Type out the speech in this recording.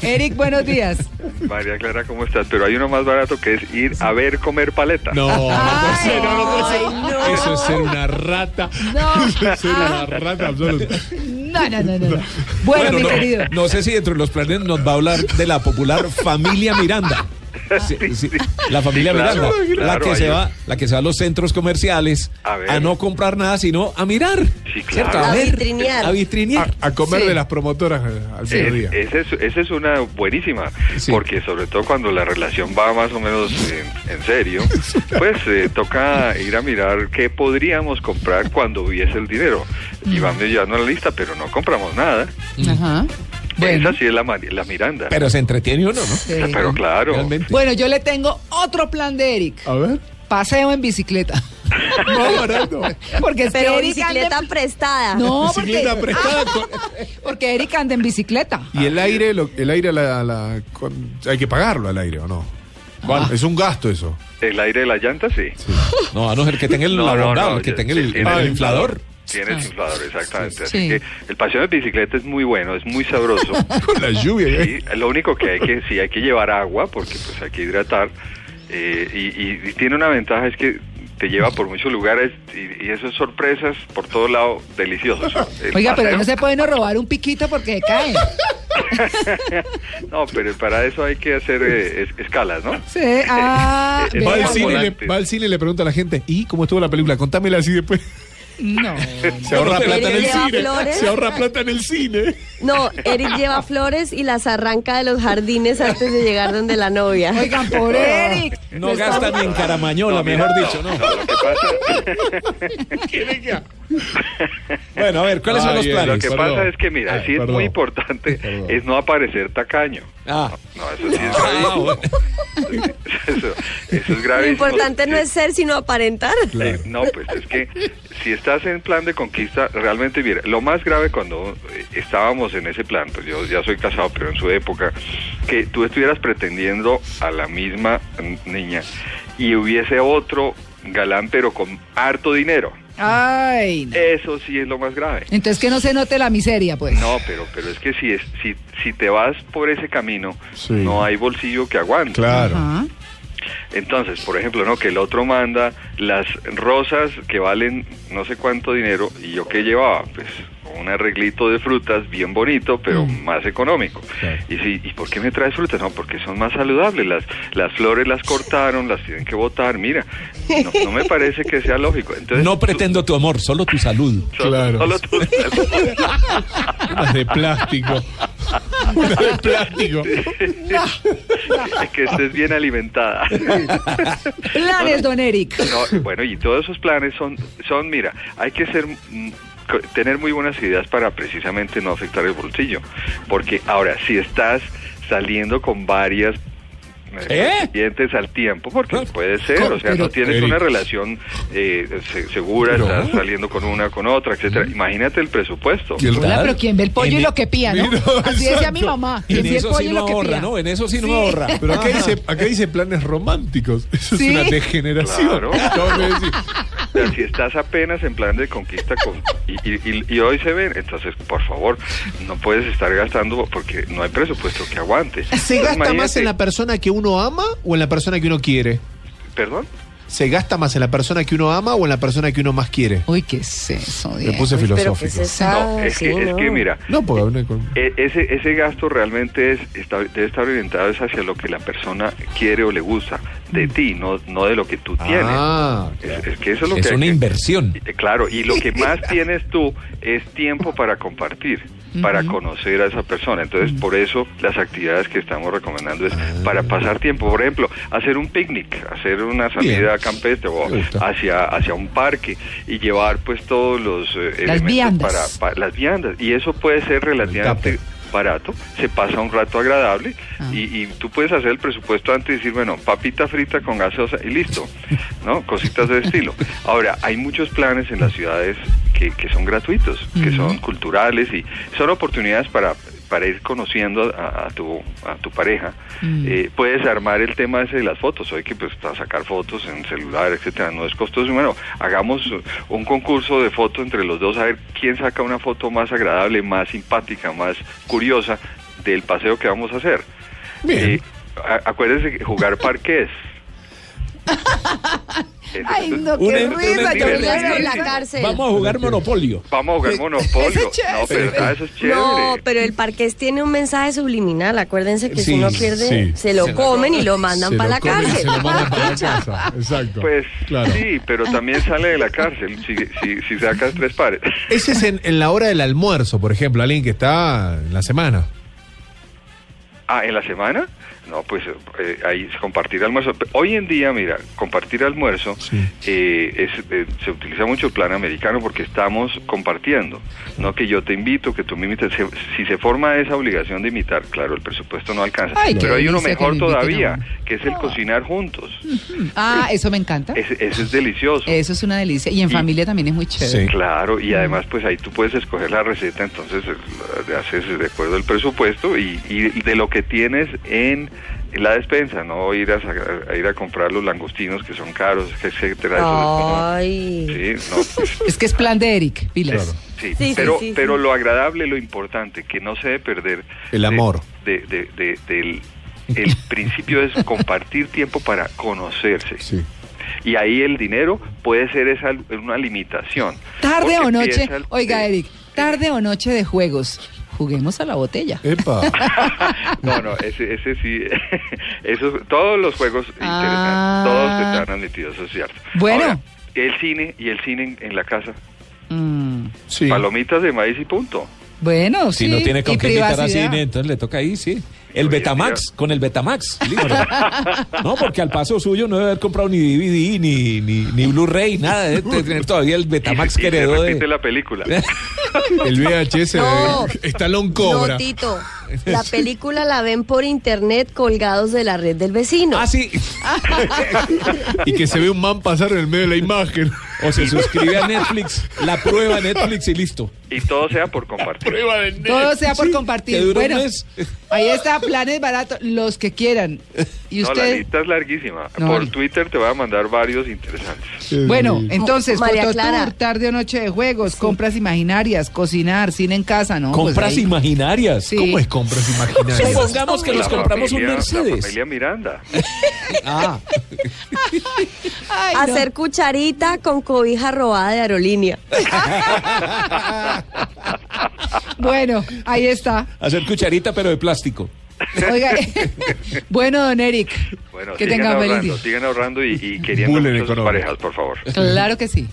Eric, buenos días. María Clara, ¿cómo estás? Pero hay uno más barato que es ir a ver comer paleta. No, no puede ser, no, no puede ser. Ay, Ah, no. Eso es ser una rata. No. Eso es ser una rata absoluta. No, no, no, no. no. Bueno, mi no, querido. no sé si dentro de los planes nos va a hablar de la popular familia Miranda. Sí, sí, la familia Sí, claro, Miranda, la claro, que se ahí va, la que se va a los centros comerciales A ver. a, no comprar nada, sino a mirar, Sí, ¿cierto? claro. A A ver, vitrinear. a vitrinear. A, a comer Sí. de las promotoras eh, al Eh, mediodía. esa, es, esa es una buenísima, Sí. porque sobre todo cuando la relación va más o menos en, en serio, pues eh, toca ir a mirar qué podríamos comprar cuando hubiese el dinero. Mm. Y vamos llevando la lista, pero no compramos nada. Pues Ajá. Bueno, Esa sí es la, Mari- la Miranda. Pero se entretiene uno, ¿no? sí. Pero claro. Realmente. Bueno, yo le tengo otro plan de Eric. A ver. Paseo en bicicleta. Más barato. Porque es que Pero Eric anda en- bicicleta prestada. No, porque, Ah. Bicicleta prestada con- porque Eric anda en bicicleta. Y el aire, lo- el aire a la, a la- con- hay que pagarlo al aire, ¿o no? Es un gasto eso. El aire de la llanta, sí. No, a no ser que tenga el No, no, abondado, no, que yo- tenga sí, el, tiene el el inflador. Ah. Tiene el inflador, exactamente. Así Sí. que el paseo de bicicleta es muy bueno, es muy sabroso. Con la lluvia. Sí, lo único que hay que sí hay que llevar agua porque pues hay que hidratar eh, y, y- y tiene una ventaja es que te lleva por muchos lugares y, y esas sorpresas por todo lado deliciosos. El Oiga, pero ahí paseo- no se puede no robar un piquito porque se cae. No, pero para eso hay que hacer eh, es- escalas, ¿no? Sí, ah, Eh, eh, Va al, vea. Vamos, cine, y le, volantes. va al cine y le pregunta a la gente, ¿y cómo estuvo la película? Contámela así después. No. Se ahorra Pero plata en el lleva cine. flores. Se ahorra plata en el cine. No, Eric lleva flores y las arranca de los jardines antes de llegar donde la novia. Oigan, por Eric. No gasta ni en caramañola, No, mira, mejor no, dicho, ¿no? lo que pasa, Bueno, a ver, ¿cuáles son Ah, los bien, planes? lo que Perdón. pasa es que, mira, Ay, sí es perdón. muy importante Perdón. es no aparecer tacaño. Ah. No, eso sí es Ah, gravísimo. bueno. Eso, eso es Lo gravísimo. importante no es ser, sino aparentar. Eh, no, pues es que si estás en plan de conquista, realmente, mira, lo más grave cuando eh, estábamos en ese plan, pues yo ya soy casado, pero en su época, que tú estuvieras pretendiendo a la misma mm, niña y hubiese otro galán, pero con harto dinero. Ay, no. Eso sí es lo más grave. Entonces que no se note la miseria, pues. No, pero, pero es que si, es, si, si te vas por ese camino, Sí. no hay bolsillo que aguante. Ajá. Entonces, por ejemplo, no que el otro manda las rosas que valen no sé cuánto dinero y yo que llevaba, pues un arreglito de frutas bien bonito, pero más económico. Mm. Claro. Y sí, ¿y por qué me traes frutas? No, porque son más saludables. Las las flores las cortaron, las tienen que botar. Mira, no, no me parece que sea lógico. Entonces, No pretendo tu amor, solo tu salud. tú- solo- claro. solo tú- Unas de plástico. Unas de plástico. que estés bien alimentada. Planes, don Eric. No, bueno, y todos esos planes son, son mira, hay que ser mm, co- tener muy buenas ideas para precisamente no afectar el bolsillo. Porque ahora, si estás saliendo con varias ¿Eh? clientes al tiempo, porque puede ser, ¿Cómo? o sea, Pero- no tienes Eric. una relación eh, se- segura, No. estás saliendo con una, con otra, etcétera. ¿Mm? Imagínate el presupuesto. Y el- Hola, pero quien ve el pollo y En e- lo que pía, ¿no? Mira, Así decía exacto. mi mamá. Quien En ve el eso pollo sí y lo no que ahorra, pía. ¿no? En eso sí no Sí. ahorra. Pero acá Ajá. dice, acá dice planes románticos. Eso Sí. es una degeneración. Claro. Acabo de decir. O sea, si estás apenas en plan de conquista con- y, y- y- y hoy se ven, entonces, por favor, no puedes estar gastando porque no hay presupuesto que aguante. ¿Se Entonces, gasta más imagínate- en la persona que uno ama o en la persona que uno quiere? ¿Perdón? ¿Se gasta más en la persona que uno ama o en la persona que uno más quiere? Uy, ¿qué es eso, Me Diego? puse Uy, pero filosófico. que se No, Ah, sabe, es, sí, que, es no. que mira, No, porque hablé con... e- ese, ese gasto realmente es, está- debe estar orientado es hacia lo que la persona quiere o le gusta de ti, no, no de lo que tú tienes. Mm. Ah, Es, es que eso es lo Es que hay una que- inversión. Eh, Claro, y lo que más tienes tú es tiempo para compartir, para conocer a esa persona. Entonces, por eso las actividades que estamos recomendando es para pasar tiempo. Por ejemplo, hacer un picnic, hacer una salida Bien. campestre o Me gusta. hacia, hacia un parque y llevar pues todos los eh, elementos viandas. Para, para- las viandas. Y eso puede ser relativamente tupper. barato, se pasa un rato agradable y, y tú puedes hacer el presupuesto antes y decir, bueno, papita frita con gaseosa y listo, ¿no? Cositas de estilo. Ahora, hay muchos planes en las ciudades que, que son gratuitos, que son culturales y son oportunidades para para ir conociendo a, a tu, a tu pareja. Eh, puedes armar el tema ese de las fotos, hoy que pues para sacar fotos en celular, etcétera, no es costoso. Bueno, hagamos un concurso de fotos entre los dos a ver quién saca una foto más agradable, más simpática, más curiosa del paseo que vamos a hacer. Bien. Eh, a- acuérdense que jugar parques. Ay, no, Un- qué un- risa. yo un- un- voy a Niñas con la reír. cárcel. Vamos a jugar Monopolio. Vamos a jugar monopolio. Ese es No, pero chévere. ah, eso es chévere. No, pero el parqués tiene un mensaje subliminal. Acuérdense que Sí, si uno pierde, sí. se lo comen y lo mandan para la cárcel. Exacto. Pues claro. sí, pero también sale de la cárcel si, si, si sacas tres pares. Ese es en, en la hora del almuerzo, Pues, por ejemplo, alguien que está en la semana. Ah, ¿en la semana? No, pues eh, ahí es compartir almuerzo. Hoy en día, mira, compartir almuerzo eh, es, eh, se utiliza mucho el plan americano porque estamos compartiendo. No que yo te invito, que tú me invites. Se- si se forma esa obligación de invitar, claro, el presupuesto no alcanza. Ay, qué pero hay uno delicia que mejor me inviten a todavía, uno. que es el cocinar juntos. Ah, eso me encanta. Ese, ese es delicioso. Eso es una delicia. Y en Y- familia también es muy chévere. Claro, y además pues ahí tú puedes escoger la receta, entonces eh, la- la haces de acuerdo al presupuesto y, y de lo que tienes en la despensa, no ir a, sacar- a ir a comprar los langostinos que son caros, etcétera. eso Ay. es como- sí, no, pues, Es que es plan de Eric, Vilas. sí, Sí, sí, pero, sí, pero sí. lo agradable, lo importante, que no se debe perder. El de- amor. De, de- de- del, el principio es compartir tiempo para conocerse. Sí. Y ahí el dinero puede ser esa, una limitación. Tarde Porque o noche, empieza el- oiga eh, Eric, tarde o noche de juegos. Juguemos a la botella. Epa. No, no, ese, ese sí. Esos, todos los juegos Ah. interesantes, todos están admitidos, eso es cierto. Bueno. Ahora, el cine y el cine en, en la casa. Mm, Sí. Palomitas de maíz y punto. Bueno, Si sí. no tiene con y qué invitar a privacidad. cine, entonces le toca ahí, sí. El Oye, Betamax, mira. con el Betamax. listo. No, porque al paso suyo no debe haber comprado ni DVD, ni, ni, ni Blu-ray, nada. Debe tener todavía el Y, Betamax se- que y se heredó repite de... la película. El VHS No. de Estalón eh, Cobra. No, Tito. La película la ven por internet colgados de la red del vecino. Ah, sí. y que se ve un man pasar en el medio de la imagen. O se suscribe a Netflix, la prueba Netflix y listo. Y todo sea por compartir. Prueba de net. Todo sea por Sí, que compartir. dura un bueno, mes. ahí está, planes baratos, los que quieran. Y No, la usted, lista es larguísima. No, Por vale. Twitter te voy a mandar varios interesantes. bueno, Eh, eh, entonces, María fototour, Clara. tarde o noche de juegos, compras imaginarias, cocinar, cine en casa, ¿no? Pues Compras ahí- imaginarias. Sí. ¿Cómo es compras imaginarias? Supongamos que La nos compramos un familia- La Mercedes. familia Miranda. Ah, Ay, no. Hacer cucharita con cobija robada de aerolínea. Bueno, ahí está. hacer cucharita pero de plástico. Oiga, bueno, don Eric, Bueno, que sigan tenga feliz ahorrando, día. sigan ahorrando y, y queriendo Bullying mucho a sus económico. parejas, por favor. Claro que sí.